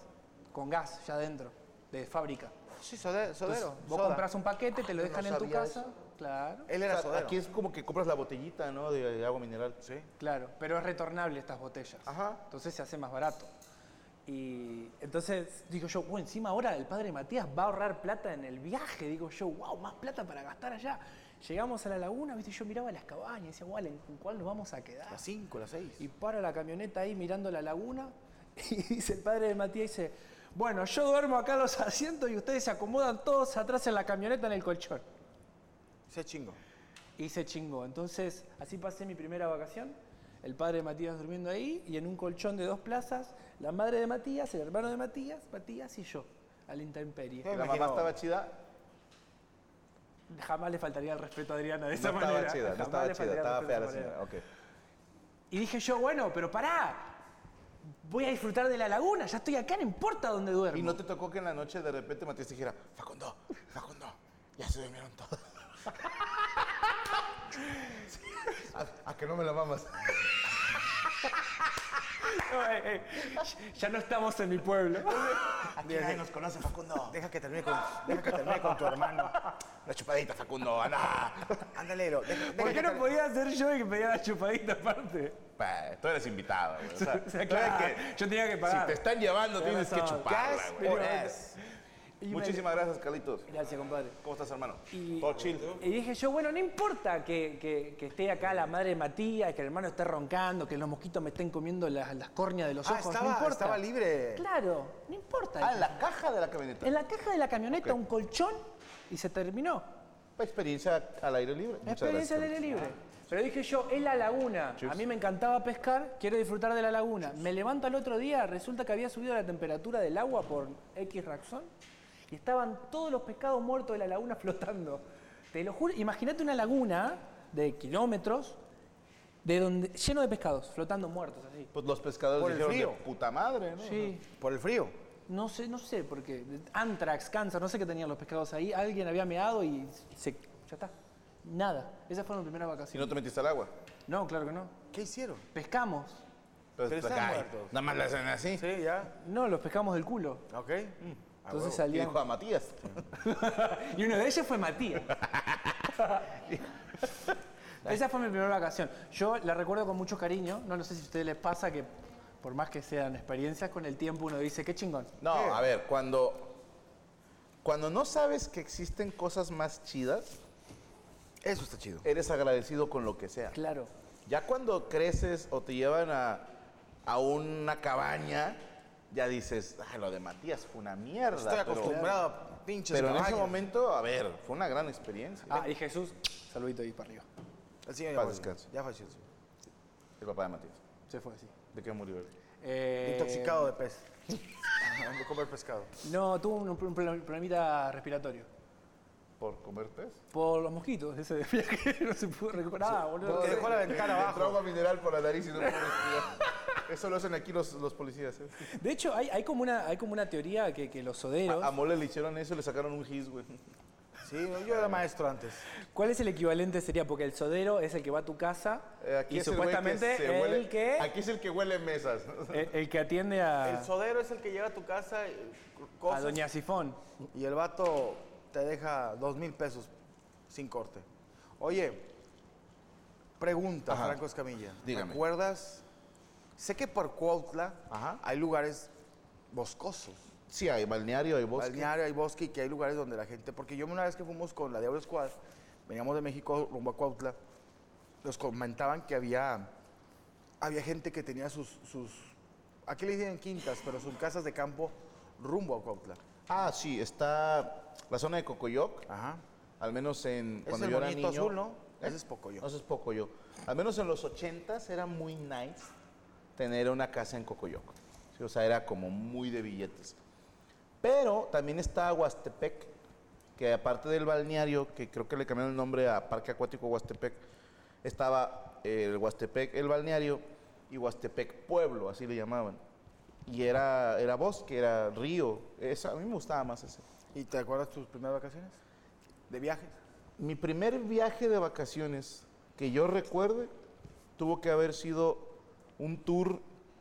Speaker 5: con gas ya dentro, de fábrica.
Speaker 4: Sí, sode-
Speaker 5: Entonces,
Speaker 4: sodero.
Speaker 5: vos
Speaker 4: soda.
Speaker 5: compras un paquete, te lo
Speaker 4: Ah,
Speaker 5: dejan
Speaker 4: no
Speaker 5: en tu
Speaker 4: sabía
Speaker 5: casa.
Speaker 4: eso.
Speaker 5: Claro,
Speaker 4: Él
Speaker 3: O
Speaker 4: era
Speaker 3: sea,
Speaker 4: sodero.
Speaker 3: aquí es como que compras la botellita, ¿no? De, de agua mineral. Sí.
Speaker 5: claro. Pero es retornable estas botellas.
Speaker 4: Ajá.
Speaker 5: Entonces se hace más barato. Y entonces digo yo, bueno, encima ahora el padre Matías va a ahorrar plata en el viaje. Digo yo, wow, más plata para gastar allá. Llegamos a la laguna, viste, yo miraba las cabañas y decía, wow, ¿en en cuál nos vamos a quedar?
Speaker 4: Las 5, las 6.
Speaker 5: Y para la camioneta ahí mirando la laguna <laughs> y dice el padre de Matías, dice, bueno, yo duermo acá en los asientos y ustedes se acomodan todos atrás en la camioneta en el colchón.
Speaker 4: Se chingo.
Speaker 5: Y se chingó. Entonces, así pasé mi primera vacación. El padre de Matías durmiendo ahí y en un colchón de dos plazas, la madre de Matías, el hermano de Matías, Matías y yo, a la intemperie.
Speaker 4: me
Speaker 3: La mamá
Speaker 4: imagino-
Speaker 3: estaba chida.
Speaker 5: Jamás le faltaría el respeto a Adriana de esa
Speaker 3: no
Speaker 5: manera.
Speaker 3: estaba chida, no
Speaker 5: Jamás
Speaker 3: estaba
Speaker 5: le
Speaker 3: chida,
Speaker 5: faltaría el
Speaker 3: estaba
Speaker 5: respeto
Speaker 3: fea
Speaker 5: a
Speaker 3: la
Speaker 5: esa manera.
Speaker 3: señora. Ok.
Speaker 5: Y dije yo, bueno, pero pará, voy a disfrutar de la laguna, ya estoy acá, no importa dónde duermo. <laughs>
Speaker 3: Y no te tocó que en la noche de repente Matías dijera, Facundo, Facundo, ya se durmieron
Speaker 4: <laughs>
Speaker 3: todos. a, a que no me la mamas.
Speaker 5: No, eh, eh, Ya no estamos en
Speaker 3: <laughs>
Speaker 5: mi pueblo.
Speaker 3: Aquí nadie nos conoce, Facundo.
Speaker 4: Deja que termine con, deja que termine con tu hermano.
Speaker 3: La chupadita, Facundo, anda.
Speaker 4: Ándale, lo- deja- deja
Speaker 5: ¿Por
Speaker 4: que
Speaker 5: qué no
Speaker 4: termine.
Speaker 5: podía ser yo el que pedía la chupadita aparte? <laughs>
Speaker 3: Pa, Tú eres invitado, güey. O sea,
Speaker 5: O sea,
Speaker 3: tú eres
Speaker 5: claro, yo tenía que pagar.
Speaker 3: Si te están llevando, tienes
Speaker 5: Tenés
Speaker 3: que
Speaker 5: razón.
Speaker 3: chuparla,
Speaker 5: Gas,
Speaker 3: güey.
Speaker 5: mínimamente.
Speaker 3: Yes.
Speaker 5: Y me-
Speaker 3: Muchísimas gracias, Carlitos.
Speaker 5: Gracias, compadre.
Speaker 3: ¿Cómo estás, hermano?
Speaker 5: Y-
Speaker 3: Todo chill.
Speaker 5: Y dije yo, bueno, no importa que, que- que esté acá la madre de Matías, que el hermano esté roncando, que los mosquitos me estén comiendo las, las córneas de los
Speaker 4: Ah,
Speaker 5: ojos. no
Speaker 4: estaba,
Speaker 5: importa.
Speaker 4: estaba libre.
Speaker 5: Claro, no importa.
Speaker 3: Ah, en la caja de la camioneta.
Speaker 5: En la caja de la camioneta,
Speaker 3: Ok.
Speaker 5: un colchón y se terminó.
Speaker 3: Experiencia al aire libre. Muchas
Speaker 5: Experiencia al
Speaker 3: gracias,
Speaker 5: aire
Speaker 3: Carlitos.
Speaker 5: libre. Pero dije yo, es la laguna. A mí me encantaba pescar, quiero disfrutar de la laguna. Me levanto al otro día, resulta que había subido la temperatura del agua por X razón y estaban todos los pescados muertos de la laguna <laughs> flotando. Te lo juro, imagínate una laguna de kilómetros de donde, lleno de pescados, flotando muertos así.
Speaker 3: Pues los pescadores
Speaker 4: Por el
Speaker 3: dijeron,
Speaker 4: frío.
Speaker 3: "De puta madre, ¿no?
Speaker 5: Sí.
Speaker 4: Por el frío.
Speaker 5: No sé, no sé por qué. Antrax, cáncer, no sé qué tenían los pescados ahí. Alguien había meado y se, ya está. Nada. Esas fueron mis primeras
Speaker 3: Si
Speaker 5: vacaciones.
Speaker 3: no te metiste al agua.
Speaker 5: No, claro que no.
Speaker 4: ¿Qué hicieron?
Speaker 5: Pescamos.
Speaker 3: Pues,
Speaker 4: Pero
Speaker 3: pues,
Speaker 4: están
Speaker 3: ay,
Speaker 4: muertos.
Speaker 3: Nada más la hacen así.
Speaker 4: Sí, ya. Mm.
Speaker 5: No, los pescamos del culo. <laughs>
Speaker 4: Ok.
Speaker 5: Entonces
Speaker 3: Y
Speaker 5: salían.
Speaker 3: dijo a Matías.
Speaker 5: y uno de ellos
Speaker 4: <laughs>
Speaker 5: fue Matías. Esa fue mi primera vacación. Yo la recuerdo con mucho cariño. No, no sé si a ustedes les pasa que, por más que sean experiencias, con el tiempo uno dice, qué chingón.
Speaker 3: No,
Speaker 4: ¿Qué?
Speaker 3: a ver, cuando, cuando no sabes que existen cosas más chidas,
Speaker 4: Eso está chido.
Speaker 3: eres agradecido con lo que sea.
Speaker 5: Claro.
Speaker 3: Ya cuando creces o te llevan a, a una cabaña, ya dices, ah, lo de Matías fue una mierda.
Speaker 4: Estoy
Speaker 3: pero-
Speaker 4: acostumbrado a pinches
Speaker 3: Pero en ese
Speaker 4: caballos.
Speaker 3: momento, a ver, fue una gran experiencia.
Speaker 5: Ah, y Jesús, saludito ahí para arriba.
Speaker 4: El señor ya
Speaker 3: Paz
Speaker 4: falleció.
Speaker 3: descanse.
Speaker 4: Ya falleció.
Speaker 3: El papá de Matías.
Speaker 5: Se fue así.
Speaker 3: ¿De qué murió él?
Speaker 5: Eh,
Speaker 4: Intoxicado de pez. <laughs> De comer pescado.
Speaker 5: No, tuvo un, un problemita respiratorio.
Speaker 3: ¿Por comer pez?
Speaker 5: Por los mosquitos, ese de viaje <laughs> no se pudo recuperar, Ah, boludo.
Speaker 4: Porque dejó la
Speaker 3: <laughs>
Speaker 4: ventana abajo.
Speaker 3: Trago mineral por la nariz y no puedo respirar. Eso lo hacen aquí los, los policías. ¿eh?
Speaker 5: De hecho, hay, hay como, una, hay como una teoría que, que los soderos.
Speaker 3: A, a Mole le hicieron eso y le sacaron un his, güey.
Speaker 4: Sí, yo era maestro antes.
Speaker 5: ¿Cuál es el equivalente sería? Porque el sodero es el que va a tu casa
Speaker 3: Eh, aquí
Speaker 5: y
Speaker 3: es el güey que
Speaker 5: supuestamente
Speaker 3: se huele-
Speaker 5: el que,
Speaker 3: Aquí es el que huele mesas.
Speaker 5: el, el que atiende a,
Speaker 4: El sodero es el que llega a tu casa y,
Speaker 5: Ah. a
Speaker 4: cosas,
Speaker 5: Doña Sifón.
Speaker 4: y el vato te deja dos mil pesos sin corte. Oye, pregunta,
Speaker 3: Ajá.
Speaker 4: Franco Escamilla.
Speaker 3: Dígame.
Speaker 4: ¿Te acuerdas? Sé que por Cuautla
Speaker 3: Ajá.
Speaker 4: hay lugares boscosos.
Speaker 3: Sí, hay balneario, hay bosque.
Speaker 4: balneario, hay bosque y que hay lugares donde la gente. Porque yo una vez que fuimos con la Diablo Squad, veníamos de México rumbo a Cuautla, nos comentaban que había, había gente que tenía sus, sus. Aquí le dicen quintas, pero son casas de campo rumbo a Cuautla.
Speaker 3: Ah, sí, está la zona de Cocoyoc,
Speaker 4: Ajá.
Speaker 3: al menos en
Speaker 4: Ese
Speaker 3: cuando
Speaker 4: es
Speaker 3: yo era niño.
Speaker 4: bonito azul, ¿no? Ese es Pocoyoc.
Speaker 3: No, ese es Pocoyoc. Al menos en los 80s era muy nice tener una casa en Cocoyoc. Sí, o sea, era como muy de billetes. Pero también está Huastepec, que aparte del balneario, que creo que le cambiaron el nombre a Parque Acuático Huastepec, estaba eh, el Huastepec, el balneario, y Huastepec Pueblo, así le llamaban. Y era, era bosque, era río. Esa- a mí me gustaba más ese.
Speaker 4: ¿Y te acuerdas tus primeras vacaciones? ¿De viajes?
Speaker 3: Mi primer viaje de vacaciones que yo recuerde tuvo que haber sido un tour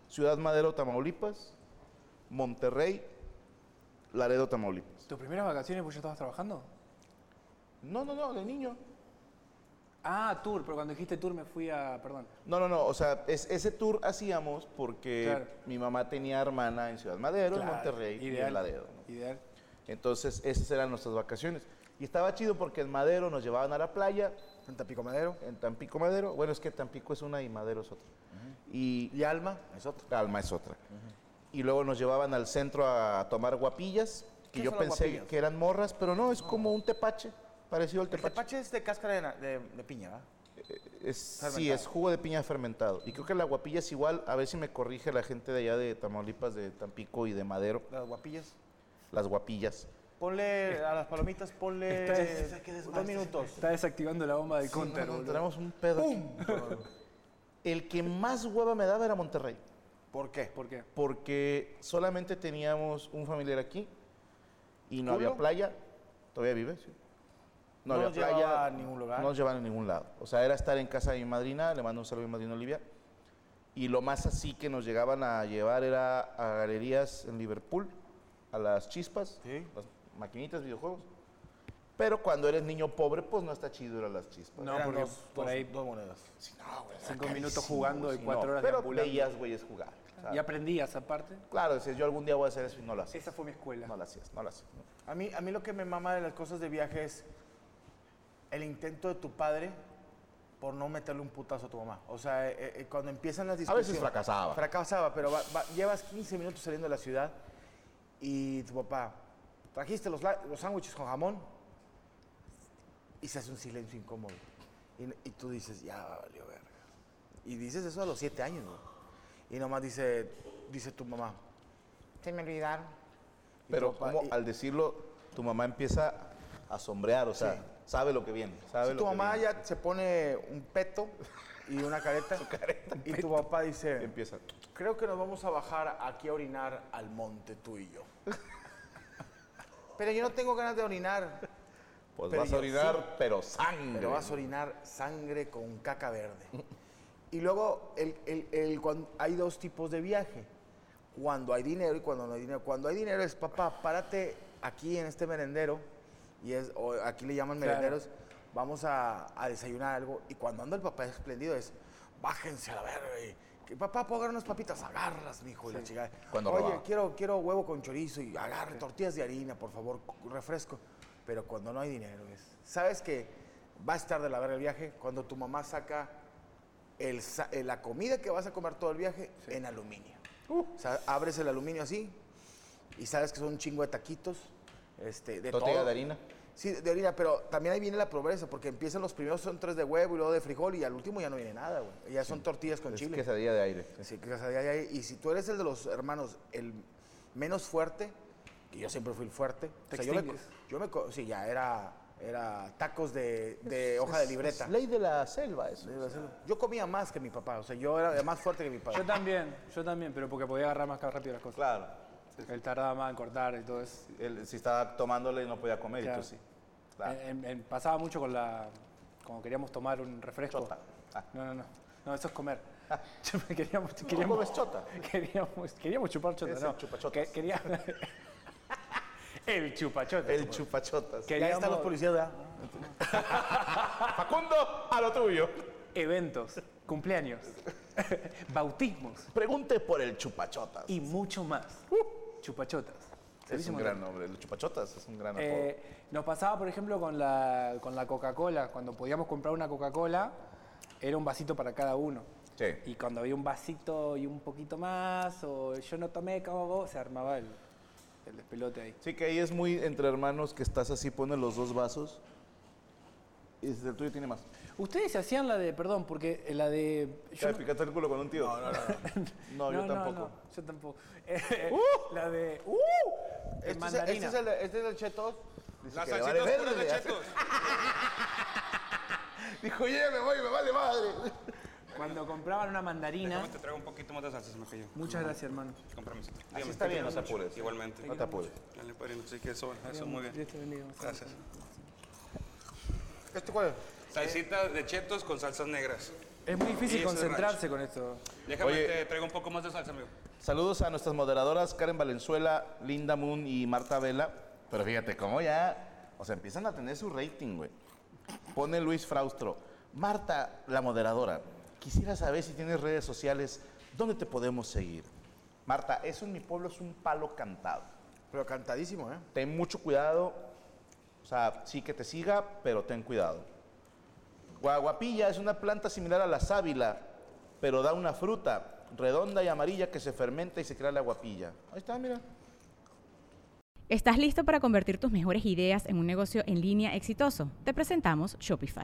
Speaker 3: Ciudad Madero, Tamaulipas, Monterrey, Laredo, Tamaulipas.
Speaker 5: ¿Tus primeras vacaciones vos ya estabas trabajando?
Speaker 3: No, no, no, de niño.
Speaker 5: Ah, tour, pero cuando dijiste tour me fui a. Perdón.
Speaker 3: No, no, no, o sea, es- ese tour hacíamos porque
Speaker 5: Claro.
Speaker 3: mi mamá tenía hermana en Ciudad Madero, en
Speaker 5: Claro,
Speaker 3: Monterrey y en Laredo. ¿no?
Speaker 5: Ideal.
Speaker 3: Entonces, esas eran nuestras vacaciones. Y estaba chido porque en Madero nos llevaban a la playa,
Speaker 4: En Tapico Madero.
Speaker 3: en Tampico Madero. Bueno, es que Tampico es una y Madero es otra. y, y Alma es otra. Alma es otra. Y luego nos llevaban al centro a tomar guapillas, que
Speaker 4: ¿Qué
Speaker 3: yo
Speaker 4: son las
Speaker 3: pensé
Speaker 4: guapillas?
Speaker 3: que eran morras, pero no, es como un tepache, parecido al
Speaker 4: El
Speaker 3: tepache.
Speaker 4: tepache es de cáscara de, na- de- de piña, ¿verdad?
Speaker 3: Es- sí,
Speaker 4: fermentado.
Speaker 3: es jugo de piña fermentado. Y creo que la guapilla es igual, a ver si me corrige la gente de allá de Tamaulipas, de Tampico y de Madero,
Speaker 4: Las guapillas.
Speaker 3: las guapillas.
Speaker 4: Ponle a las palomitas,
Speaker 3: Eh,
Speaker 4: ponle
Speaker 5: Esta es-
Speaker 4: dos minutos.
Speaker 5: Está desactivando la bomba del
Speaker 3: Sí, no,
Speaker 5: counter,
Speaker 3: no,
Speaker 5: boludo.
Speaker 3: tenemos un pedo. aquí. El que más hueva me daba era Monterrey.
Speaker 4: ¿Por qué?
Speaker 5: ¿Por qué?
Speaker 3: porque solamente teníamos un familiar aquí y no
Speaker 4: ¿Culo?
Speaker 3: había playa. Todavía vive, sí.
Speaker 4: No
Speaker 3: había
Speaker 4: nos llevaba a ningún lugar.
Speaker 3: No nos llevaban a ningún lado. O sea, era estar en casa de mi madrina, le mando un saludo a mi madrina Olivia. Y lo más así que nos llegaban a llevar era a galerías en Liverpool, a las chispas,
Speaker 4: Sí.
Speaker 3: las maquinitas, videojuegos. Pero cuando eres niño pobre, pues no está chido ir a las chispas.
Speaker 5: No,
Speaker 4: Eran
Speaker 5: porque
Speaker 4: dos-
Speaker 5: por
Speaker 4: dos-
Speaker 5: ahí
Speaker 4: Dos monedas.
Speaker 5: cinco minutos jugando y
Speaker 3: Sí,
Speaker 5: cuatro
Speaker 3: no,
Speaker 5: horas
Speaker 3: Pero
Speaker 5: deambulando.
Speaker 3: veías güeyes jugar. o sea,
Speaker 5: Y aprendías aparte.
Speaker 3: Claro, decías, yo algún día voy a hacer eso y no lo hacía.
Speaker 5: Esa fue mi escuela.
Speaker 3: No lo hacías, no lo hacías. ¿no?
Speaker 4: A mí, a mí lo que me mama de las cosas de viaje es el intento de tu padre por no meterle un putazo a tu mamá. O sea, eh, eh, cuando empiezan las
Speaker 3: A
Speaker 4: discusiones...
Speaker 3: veces fracasaba.
Speaker 4: Fracasaba, pero va- va- llevas 15 minutos saliendo de la ciudad y tu papá, trajiste los, la- los sándwiches con jamón y se hace un silencio incómodo. Y, y tú dices, ya valió verga. Y dices eso a los 7 años, güey. Y nomás dice, dice tu mamá, se me olvidaron. Y
Speaker 3: Pero
Speaker 4: tu papá-
Speaker 3: como
Speaker 4: y-
Speaker 3: al decirlo, tu mamá empieza a sombrear, o sea, sabe lo que viene. Sabe
Speaker 4: Si
Speaker 3: lo
Speaker 4: tu
Speaker 3: que
Speaker 4: mamá
Speaker 3: viene.
Speaker 4: ya se pone un peto y una
Speaker 3: <laughs>
Speaker 4: careta, y tu papá dice,
Speaker 3: empieza.
Speaker 4: creo que nos vamos a bajar aquí a orinar al monte tú y yo. pero yo no tengo ganas de orinar,
Speaker 3: Pues
Speaker 4: Pero
Speaker 3: vas a
Speaker 4: yo
Speaker 3: orinar,
Speaker 4: sí.
Speaker 3: pero sangre.
Speaker 4: pero vas a orinar sangre con caca verde. Y luego el, el- el cuan- hay dos tipos de viaje, cuando hay dinero y cuando no hay dinero. Cuando hay dinero es, papá, párate aquí en este merendero, y es, o aquí le llaman
Speaker 5: Claro.
Speaker 4: merenderos, vamos a, a desayunar algo. Y cuando anda el papá espléndido es, bájense a la verga. y, que, papá, ¿puedo agarrar unas papitas? Agarras, mijo, y la chingada.
Speaker 3: Cuando
Speaker 4: Oye,
Speaker 3: robaba.
Speaker 4: quiero, quiero huevo con chorizo y agarre tortillas de harina, por favor, c- refresco. Pero cuando no hay dinero es, ¿sabes que va a estar de la verga el viaje? Cuando tu mamá saca el sa- eh, la comida que vas a comer todo el viaje en aluminio.
Speaker 3: Uh.
Speaker 4: O sea, abres el aluminio así y sabes que son un chingo de taquitos. Este, de
Speaker 3: Tortilla
Speaker 4: todo.
Speaker 3: de harina.
Speaker 4: Sí, de harina, pero también ahí viene la pobreza, porque empiezan los primeros son tres de huevo y luego de frijol y al último ya no viene nada, güey. Ya son tortillas con
Speaker 3: Es
Speaker 4: chile.
Speaker 3: quesadilla de aire.
Speaker 4: Así que, o sea, ya- ya- y si tú eres el de los hermanos, el menos fuerte, que yo siempre fui el fuerte,
Speaker 5: Te
Speaker 4: yo me, co-
Speaker 5: extingues.
Speaker 4: yo me co- sí, ya era, era tacos de, de hoja de libreta.
Speaker 3: Es ley de la selva eso.
Speaker 4: De hacerlo. Yo comía más que mi papá, o sea, yo era más fuerte que mi
Speaker 5: Yo
Speaker 4: padre.
Speaker 5: también, yo también, pero porque podía agarrar más ca- rápido las cosas.
Speaker 3: Claro.
Speaker 5: Él tardaba más en cortar y todo eso.
Speaker 3: Él, si estaba tomándole no podía comer
Speaker 5: Claro.
Speaker 3: y tú sí. Claro.
Speaker 5: En- en- pasaba mucho con la. Cuando queríamos tomar un refresco.
Speaker 3: Chota. Ah.
Speaker 5: No, no, no. No, eso es comer. <laughs> queríamos,
Speaker 3: ¿Cómo
Speaker 5: queríamos,
Speaker 3: ves chota?
Speaker 5: queríamos, queríamos chupar chota,
Speaker 3: Es el
Speaker 5: ¿no?
Speaker 3: chupachotas.
Speaker 5: Que-
Speaker 3: <laughs>
Speaker 5: quería- el chupachotas.
Speaker 3: El chupachotas.
Speaker 5: Que-
Speaker 4: Ya están los
Speaker 5: queríamos-
Speaker 4: policías, ¿verdad?
Speaker 3: Facundo, a lo tuyo.
Speaker 5: Eventos, cumpleaños, <laughs> bautismos
Speaker 3: Pregunte por el chupachotas.
Speaker 5: y mucho más. Chupachotas.
Speaker 3: Uh. Es un
Speaker 5: Durísimo.
Speaker 3: gran nombre. Los chupachotas es un gran apodo.
Speaker 5: Eh, nos pasaba, por ejemplo, con la, con la Coca-Cola. Cuando podíamos comprar una Coca-Cola, era un vasito para cada uno.
Speaker 3: Sí.
Speaker 5: Y cuando había un vasito y un poquito más, o yo no tomé como vos, se armaba el, el despelote ahí.
Speaker 3: Sí, que ahí es muy entre hermanos que estás así, pones los dos vasos. Y dices, el tuyo tiene más.
Speaker 5: Ustedes se hacían la de, perdón, porque eh, la de... yo
Speaker 3: Ya,
Speaker 5: no-
Speaker 3: picaste el culo con un tío. No, no, no. <laughs> No, yo tampoco.
Speaker 5: no, yo tampoco. <laughs> Eh, La de... ¡Uh!
Speaker 4: Este
Speaker 5: El
Speaker 4: es-
Speaker 5: mandarina.
Speaker 4: Este es el, este es el Chetos.
Speaker 3: Dice
Speaker 6: Las
Speaker 3: que le
Speaker 6: salsitas
Speaker 3: vale
Speaker 6: puras de
Speaker 3: verga. <laughs>
Speaker 6: chetos.
Speaker 3: Dijo, ya me voy, me vale madre.
Speaker 5: Cuando compraban una mandarina...
Speaker 6: Déjame te traigo un poquito más de salsa, me cayó.
Speaker 5: Muchas gracias, hermano.
Speaker 6: Compromiso. Dígame,
Speaker 3: Así está
Speaker 6: te
Speaker 3: bien,
Speaker 6: quiero
Speaker 3: no te
Speaker 6: mucho.
Speaker 3: apures.
Speaker 6: Igualmente.
Speaker 3: No te apures.
Speaker 6: Dale, padrino, sí que eso, eso muy bien.
Speaker 5: Dios te bendiga.
Speaker 6: Gracias.
Speaker 4: ¿Este cuál es?
Speaker 6: Salsita de chetos con salsas negras.
Speaker 5: Es muy difícil
Speaker 6: Y eso es
Speaker 5: concentrarse con esto.
Speaker 6: Déjame
Speaker 3: Oye.
Speaker 6: te traigo un poco más de salsa, amigo.
Speaker 3: Saludos a nuestras moderadoras Karen Valenzuela, Linda Moon y Marta Vela. Pero fíjate cómo ya, o sea, empiezan a tener su rating, güey. Pone Luis Fraustro. Marta, la moderadora, quisiera saber si tienes redes sociales, ¿dónde te podemos seguir? Marta, eso en mi pueblo es un palo cantado.
Speaker 4: Pero cantadísimo, ¿eh?
Speaker 3: Ten mucho cuidado. O sea, sí que te siga, pero ten cuidado. Guaguapilla es una planta similar a la sábila, pero da una fruta redonda y amarilla que se fermenta y se crea la guapilla. Ahí está, mira.
Speaker 2: ¿Estás listo para convertir tus mejores ideas en un negocio en línea exitoso? Te presentamos Shopify.